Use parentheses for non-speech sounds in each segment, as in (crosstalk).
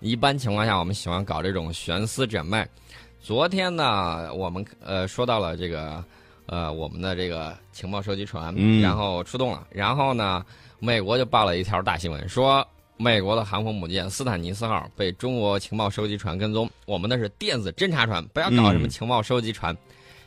一般情况下，我们喜欢搞这种悬丝诊脉。昨天呢，我们呃说到了这个呃我们的这个情报收集船，嗯然后出动了，然后呢，美国就报了一条大新闻，说美国的航空母舰斯坦尼斯号被中国情报收集船跟踪，我们那是电子侦察船，不要搞什么嗯情报收集船。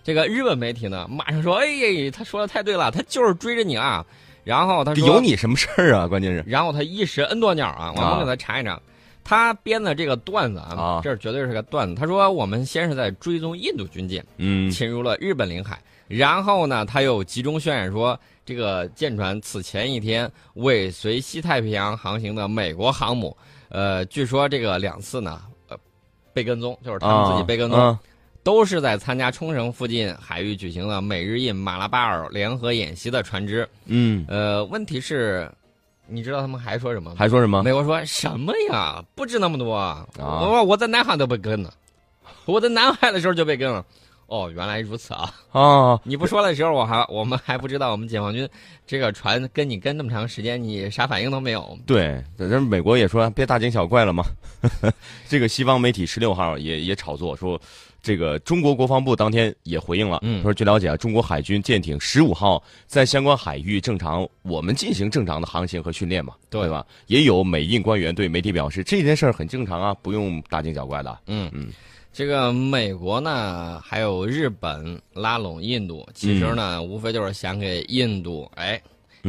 这个日本媒体呢，马上说，哎呀，他说的太对了，他就是追着你啊。然后他这说有你什么事儿啊？关键是然后他一石 N 多鸟啊，我们啊给他查一查。他编的这个段子啊啊，这绝对是个段子。他说，我们先是在追踪印度军舰嗯侵入了日本领海，然后呢，他又集中渲染说，这个舰船此前一天尾随西太平洋航行的美国航母，呃，据说这个两次呢，呃，被跟踪，就是他们自己被跟踪，啊都是在参加冲绳附近海域举行的美日印马拉巴尔联合演习的船只。嗯，呃，问题是，你知道他们还说什么吗？还说什么？美国说什么呀？不止那么多啊！啊我我在南海都被跟了，我在南海的时候就被跟了。哦，原来如此啊！啊，你不说的时候，我还 (laughs) 我们还不知道，我们解放军这个船跟你跟那么长时间，你啥反应都没有。对，咱咱美国也说啊别大惊小怪了嘛。 (laughs) 这个西方媒体十六号也也炒作说，这个中国国防部当天也回应了，嗯说据了解啊，中国海军舰艇十五号在相关海域正常我们进行正常的航行和训练嘛，对对吧？也有美印官员对媒体表示，这件事儿很正常啊，不用大惊小怪的。嗯嗯，这个美国呢，还有日本拉拢印度，其实呢，嗯无非就是想给印度哎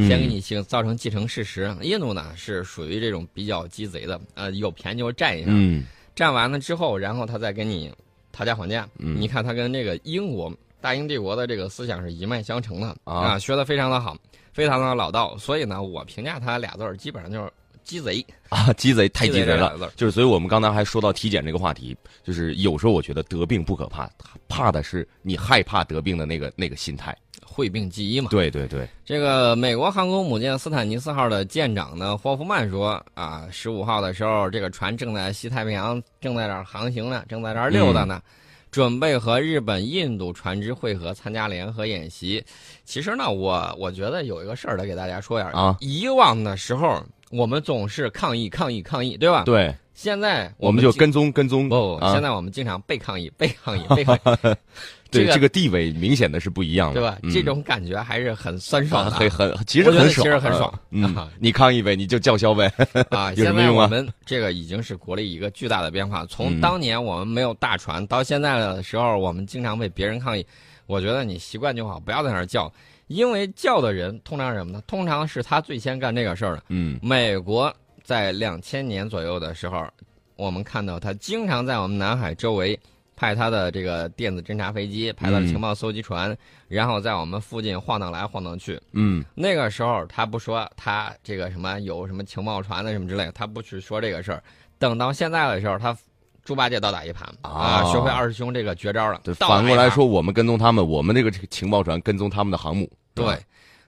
先给你形造成既成事实。印度呢是属于这种比较鸡贼的，呃，有便宜就占一下。嗯占完了之后，然后他再跟你讨价还价。嗯你看他跟这个英国大英帝国的这个思想是一脉相承的啊学的非常的好，非常的老道。所以呢，我评价他俩字儿基本上就是鸡贼，啊，鸡贼太鸡鸡贼这了俩。字儿。就是，所以我们刚才还说到体检这个话题，就是有时候我觉得得病不可怕，怕的是你害怕得病的那个那个心态。讳病忌医嘛。对对对，这个美国航空母舰斯坦尼斯号的舰长呢，霍夫曼说啊，十五号的时候，这个船正在西太平洋，正在这儿航行呢，正在这儿溜达嗯呢，准备和日本、印度船只会合，参加联合演习。其实呢，我我觉得有一个事儿得给大家说一下啊以往的时候，我们总是抗议、抗议、抗议，对吧？。啊对，现在们哦我们就经跟踪跟踪。不，啊现在我们经常被抗议、 (laughs) 被抗议、被抗议， (laughs) 这对个这个地位明显的是不一样的，对吧？嗯这种感觉还是很酸爽啊的啊。很很其实我觉得很爽，其实很爽嗯啊，你抗议呗，你就叫嚣呗。啊， (laughs) 有什现么在用我啊们这个已经是国力一个巨大的变化。从嗯当年我们没有大船，到现在的时候，我们经常被别人抗议。我觉得你习惯就好，不要在那儿叫，因为叫的人通常是什么呢？通常是他最先干这个事儿的。嗯美国在两千年左右的时候，我们看到他经常在我们南海周围派他的这个电子侦察飞机，派他的嗯情报搜集船，然后在我们附近晃荡来晃荡去。嗯那个时候他不说他这个什么有什么情报船的什么之类的，他不去说这个事儿。等到现在的时候，他猪八戒倒打一耙啊，哦学会二师兄这个绝招了对，。倒打一耙反过来，说，我们跟踪他们，我们这个情报船跟踪他们的航母。是吧对，，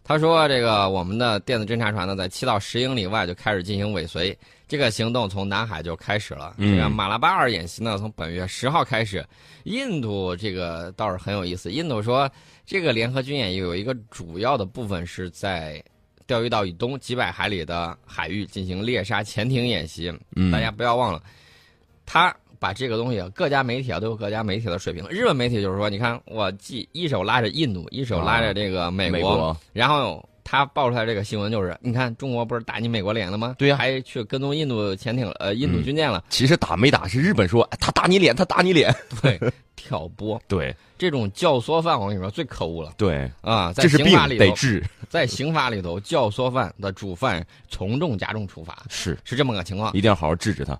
他说这个我们的电子侦察船呢，在七到十英里外就开始进行尾随，这个行动从南海就开始了。嗯这个马拉巴尔演习呢，从本月十号开始。印度这个倒是很有意思，印度说这个联合军演有一个主要的部分是在。钓鱼岛以东几百海里的海域进行猎杀潜艇演习，嗯，大家不要忘了，他把这个东西啊，各家媒体啊都有各家媒体的水平。日本媒体就是说，你看我既一手拉着印度，一手拉着这个美啊美国，然后他爆出来这个新闻就是，你看中国不是打你美国脸了吗？对呀嗯还去跟踪印度潜艇了呃印度军舰了，其实打没打是日本说哎他打你脸，他打你脸。对，挑拨对这种教唆犯，我跟你说最可恶了对，啊！在这是刑病法里得头，治。在刑法里头，教唆犯的主犯从重加重处罚，是，是这么个情况。一定要好好治治他。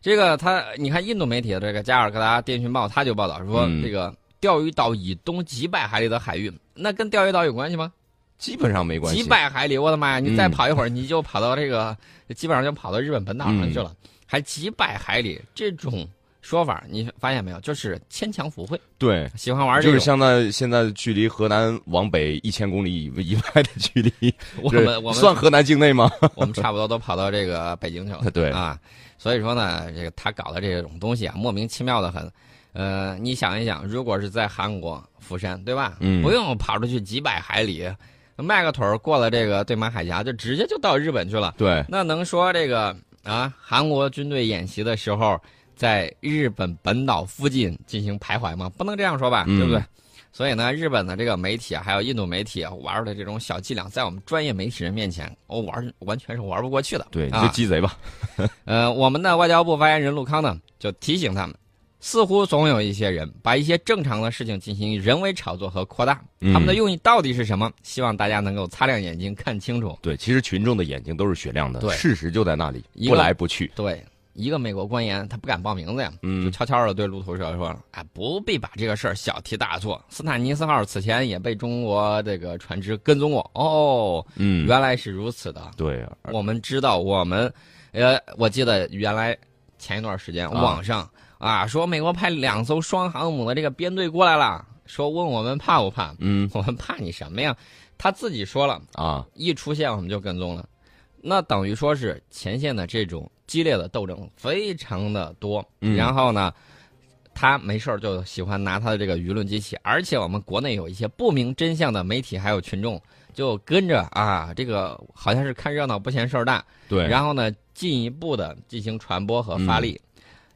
这个他，你看印度媒体的这个《加尔各答电讯报》，他就报道说，嗯这个钓鱼岛以东几百海里的海域，那跟钓鱼岛有关系吗？基本上没关系。几百海里，我的妈呀！你嗯再跑一会儿，你就跑到这个，基本上就跑到日本本岛上去了，嗯还几百海里，这种说法你发现没有？就是牵强附会，对，喜欢玩这就种。是相当于现在距离河南往北一千公里以 (laughs) 以外的距离，我这们我们 (laughs) 算河南境内吗？。我们差不多都跑到这个北京去了 (laughs) 对啊，所以说呢，这个他搞的这种东西啊，莫名其妙的很。呃，你想一想，如果是在韩国釜山，对吧？嗯不用跑出去几百海里，迈个腿儿过了这个对马海峡，就直接就到日本去了。对，那能说这个啊，韩国军队演习的时候在日本本岛附近进行徘徊吗？不能这样说吧，嗯对不对？所以呢，日本的这个媒体啊，还有印度媒体啊玩的这种小伎俩，在我们专业媒体人面前，我、玩完全是玩不过去的。对，你啊就，鸡贼吧。呃，我们的外交部发言人陆康呢，就提醒他们，似乎总有一些人把一些正常的事情进行人为炒作和扩大，嗯他们的用意到底是什么？希望大家能够擦亮眼睛看清楚。对，其实群众的眼睛都是雪亮的，对事实就在那里，一不个来不去。对，一个美国官员他不敢报名字呀，就嗯，悄悄的对路透社说了：“哎，不必把这个事儿小题大做。斯坦尼斯号此前也被中国这个船只跟踪过，哦，嗯，原来是如此的。对啊，我们知道，我们，呃，我记得原来前一段时间啊网上啊说美国派两艘双航母的这个编队过来了，说问我们怕不怕？嗯我们怕你什么呀？他自己说了，啊，一出现我们就跟踪了，那等于说是前线的这种激烈的斗争非常的多。嗯然后呢，他没事儿就喜欢拿他的这个舆论机器，而且我们国内有一些不明真相的媒体还有群众就跟着啊，这个好像是看热闹不嫌事儿大，对，然后呢进一步的进行传播和发力。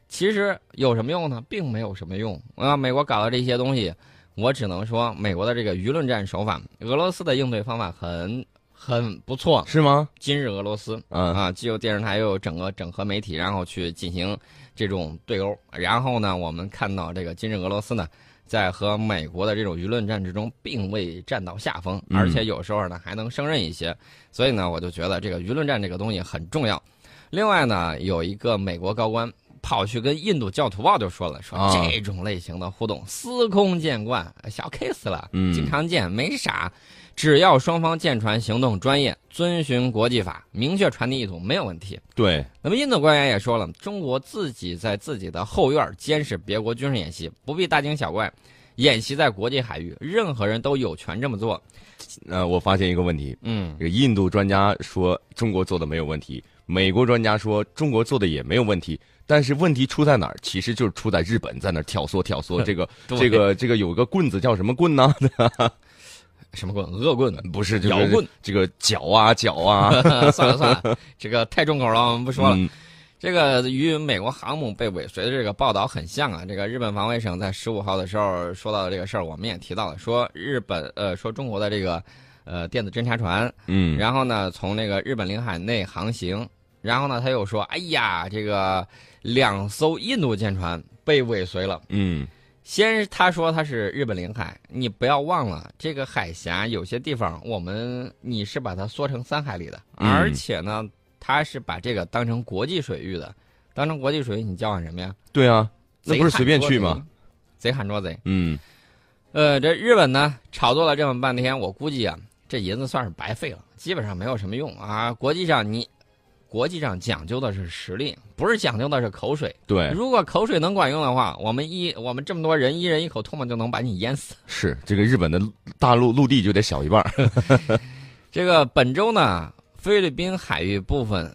其实有什么用呢？并没有什么用啊！美国搞的这些东西，我只能说美国的这个舆论战手法，俄罗斯的应对方法很很不错。是吗？今日俄罗斯嗯啊，既有电视台又有整个整合媒体，然后去进行这种对殴。然后呢，我们看到这个今日俄罗斯呢，在和美国的这种舆论战之中，并未占到下风，嗯而且有时候呢还能胜任一些。所以呢，我就觉得这个舆论战这个东西很重要。另外呢，有一个美国高官。跑去跟印度教徒报就说了，说啊这种类型的互动司空见惯，小 case 了，嗯经常见，没啥。只要双方舰船行动专业，遵循国际法，明确传递意图，没有问题。对，那么印度官员也说了，中国自己在自己的后院监视别国军事演习，不必大惊小怪。演习在国际海域，任何人都有权这么做。呃，我发现一个问题，嗯，这个印度专家说中国做的没有问题，美国专家说中国做的也没有问题，但是问题出在哪儿？其实就是出在日本在那儿挑唆 (laughs) 挑唆，这个对这个这个有个棍子叫什么棍呢？ (laughs) 什么棍？恶棍？不是，就是摇棍，这个脚啊脚啊， (laughs) 算了算了，这个太重口了，我们不 (laughs) 说了。嗯这个与美国航母被尾随的这个报道很像啊。这个日本防卫省在十五号的时候说到的这个事儿，我们也提到了，说日本呃说中国的这个呃电子侦察船，嗯，然后呢从那个日本领海内航行，然后呢他又说，哎呀，这个两艘印度舰船被尾随了。嗯，先是他说他是日本领海，你不要忘了这个海峡有些地方我们你是把它缩成三海里的，嗯而且呢，他是把这个当成国际水域的，当成国际水域你叫唤什么呀？对啊，那贼不是喊随便捉去贼吗？？贼喊捉贼。嗯，呃，这日本呢炒作了这么半天，我估计啊，这银子算是白费了，基本上没有什么用啊。国际上你，国际上讲究的是实力，不是讲究的是口水。对，如果口水能管用的话，我们一我们这么多人，一人一口唾沫就能把你淹死。是这个日本的大陆陆地就得小一半儿， (laughs) 这个本周呢，菲律宾海域部分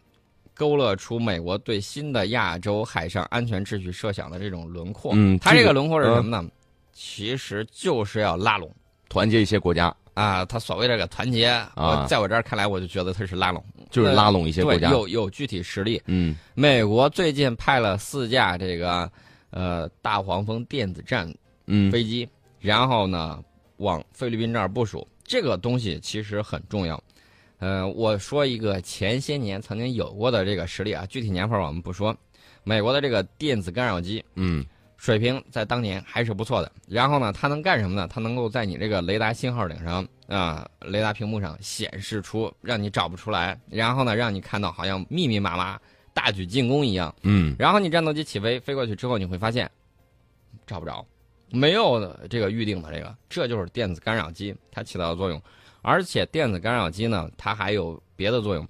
勾勒出美国对新的亚洲海上安全秩序设想的这种轮廓。嗯它这这个个轮廓是什么呢？其实就是要拉拢团结一些国家，啊，它所谓这个团结啊我在我这儿看来，我就觉得它是拉拢，就是拉拢一些国对，家，有有具体实力。嗯美国最近派了四架这个呃大黄蜂电子战嗯，飞机，然后呢往菲律宾这儿部署。这个东西其实很重要。呃，我说一个前些年曾经有过的这个实例啊，具体年份我们不说。美国的这个电子干扰机嗯水平在当年还是不错的。然后呢，它能干什么呢？它能够在你这个雷达信号顶上啊、雷达屏幕上显示出让你找不出来，然后呢，让你看到好像密密麻麻、大举进攻一样。嗯，然后你战斗机起飞飞过去之后，你会发现找不着，没有这个预定的这个，这就是电子干扰机它起到的作用。而且电子干扰机呢，它还有别的作用，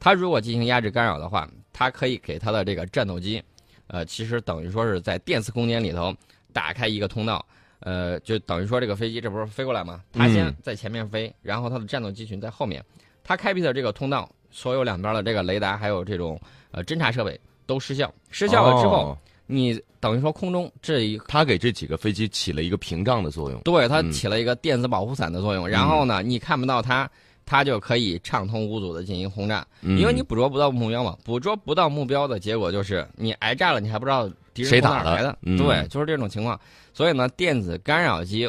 它如果进行压制干扰的话，它可以给它的这个战斗机，呃，其实等于说是在电磁空间里头打开一个通道。呃，就等于说这个飞机这不是飞过来吗？它先嗯在前面飞，然后它的战斗机群在后面，它开辟的这个通道，所有两边的这个雷达还有这种呃侦察设备都失效，失效了之后，哦你等于说空中这一它给这几个飞机起了一个屏障的作用。对它嗯起了一个电子保护伞的作用，然后呢，你看不到它，它就可以畅通无阻的进行轰炸，嗯因为你捕捉不到目标嘛，捕捉不到目标的结果就是你挨炸了，你还不知道敌人谁从打哪儿的来的，嗯对，就是这种情况。所以呢，电子干扰机，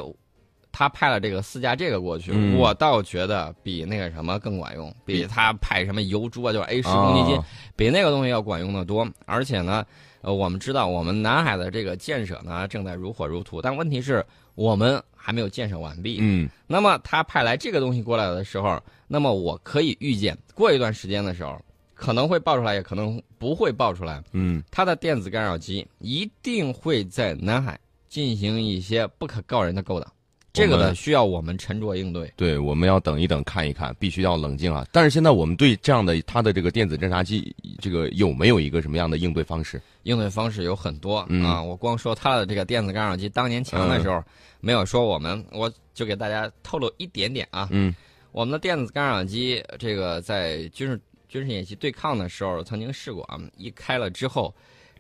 它派了这个四架这个过去，嗯我倒觉得比那个什么更管用，比比它派什么油猪啊，就是 A 十啊攻击机，比那个东西要管用的多。而且呢，呃，我们知道我们南海的这个建设呢正在如火如荼，但问题是我们还没有建设完毕。嗯那么他派来这个东西过来的时候，那么我可以预见，过一段时间的时候，可能会爆出来，也可能不会爆出来。嗯它的电子干扰机一定会在南海进行一些不可告人的勾当，这个我呢们需要我们沉着应对。对，我们要等一等，看一看，必须要冷静啊！但是现在我们对这样的它的这个电子侦察机，这个有没有一个什么样的应对方式？应对方式有很多、嗯啊，我光说它的这个电子干扰机当年强的时候，没有说我们，我就给大家透露一点点啊。嗯我们的电子干扰机这个在军事军事演习对抗的时候曾经试过啊，一开了之后，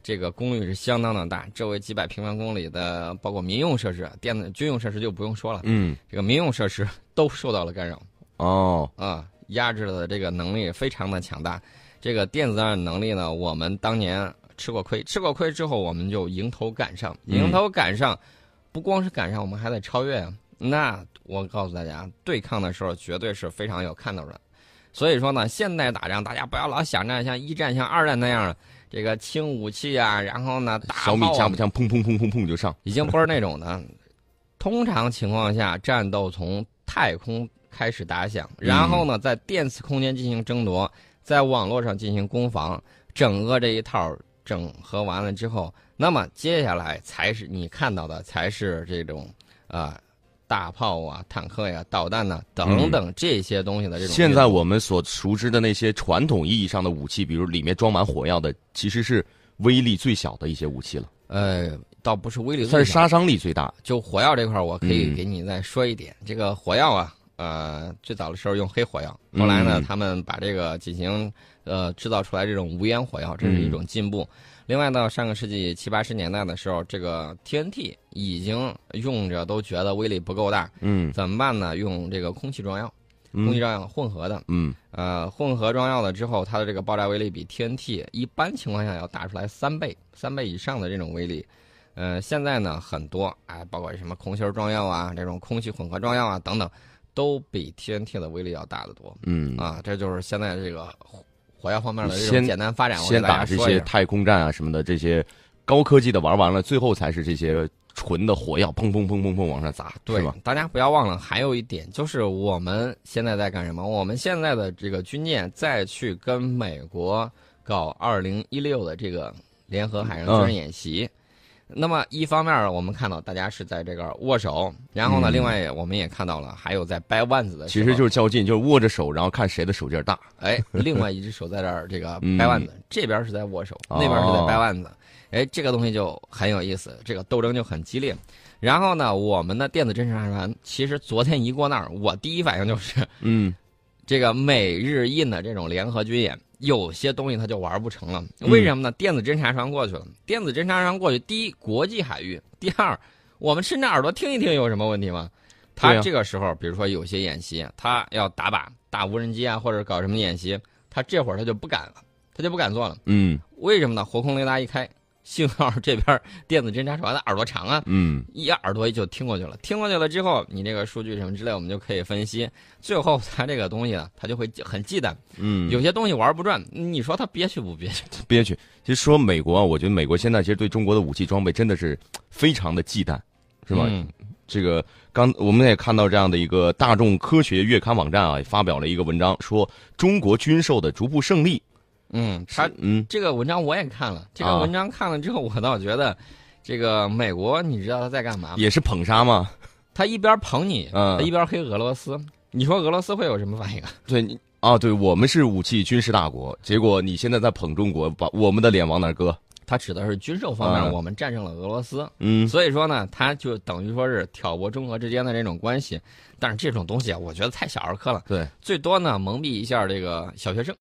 这个功率是相当的大，周围几百平方公里的包括民用设施、啊电子军用设施就不用说了，嗯这个民用设施都受到了干扰哦啊，压制的这个能力非常的强大。这个电子干扰能力呢，我们当年吃过亏，吃过亏之后我们就迎头赶上，嗯迎头赶上，不光是赶上，我们还在超越啊。那我告诉大家，对抗的时候绝对是非常有看头的。所以说呢，现代打仗大家不要老想着像一战、像二战那样的这个轻武器啊，然后呢大小米炮啊加不枪，砰砰砰砰砰就上。已经不是那种的。通常情况下，战斗从太空开始打响，然后嗯呢，在电磁空间进行争夺，在网络上进行攻防，整个这一套整合完了之后，那么接下来才是你看到的，才是这种啊、呃大炮啊、坦克呀、导弹呐、等等这些东西的这种运动。嗯现在我们所熟知的那些传统意义上的武器，比如里面装满火药的，其实是威力最小的一些武器了，呃，倒不是威力但最是小，杀伤力最大。就火药这块，我可以嗯给你再说一点。这个火药啊，呃，最早的时候用黑火药，后来呢，嗯他们把这个进行呃制造出来这种无烟火药，这嗯是一种进步。另外，到上个世纪七八十年代的时候，这个 TNT 已经用着都觉得威力不够大，嗯怎么办呢？用这个空气装药，空气嗯装药混合的，嗯，呃，混合装药了之后，它的这个爆炸威力比 TNT 一般情况下要大出来三倍、三倍以上的这种威力。呃，现在呢，很多啊，包括什么空心儿装药啊、这种空气混合装药啊等等，都比 TNT 的威力要大得多嗯，啊。这就是现在这个火火药方面的这种先简单发展，我给先大家打这说一些下太空战啊什么的，这些高科技的玩完了，最后才是这些纯的火药，砰砰砰砰砰往上砸，对是吧？，大家不要忘了，还有一点就是我们现在在干什么？我们现在的这个军舰再去跟美国搞二零一六的这个联合海上军事演习。那么一方面，我们看到大家是在这个握手，然后呢，嗯另外我们也看到了，还有在掰腕子的时其候，实就是较劲，就是握着手，然后看谁的手劲儿大。哎，另外一只手在这儿这个嗯掰腕子，这边是在握手，哦那边是在掰腕子，哎，这个东西就很有意思，这个斗争就很激烈。然后呢，我们的电子侦察船，其实昨天一过那儿，我第一反应就是嗯这个美日印的这种联合军演，有些东西它就玩不成了。嗯为什么呢？电子侦察船过去了，电子侦察船过去，第一，国际海域；第二，我们伸着耳朵听一听有什么问题吗？对他啊这个时候，比如说有些演习，他要打靶、打无人机啊，或者搞什么演习，他这会儿他就不敢了，他就不敢做了。嗯为什么呢？活空雷达一开，信号这边电子侦察船的耳朵长啊，嗯一耳朵就听过去了，听过去了之后，你这个数据什么之类，我们就可以分析。最后它这个东西呢，它就会很忌惮，嗯，有些东西玩不转，你说它憋屈不憋屈？憋屈。其实说美国啊，我觉得美国现在其实对中国的武器装备真的是非常的忌惮，是吧？嗯这个刚我们也看到这样的一个大众科学月刊网站啊，也发表了一个文章，说中国军售的逐步胜利。嗯，它嗯这个文章我也看了，这个啊文章看了之后，我倒觉得，这个美国你知道他在干嘛吗？也是捧杀嘛，他一边捧你，嗯他一边黑俄罗斯。你说俄罗斯会有什么反应啊？对你啊，对我们是武器军事大国，结果你现在在捧中国，把我们的脸往哪儿搁？他指的是军售方面，嗯我们战胜了俄罗斯。嗯，所以说呢，他就等于说是挑拨中俄之间的这种关系，但是这种东西啊，我觉得太小儿科了。对，最多呢蒙蔽一下这个小学生。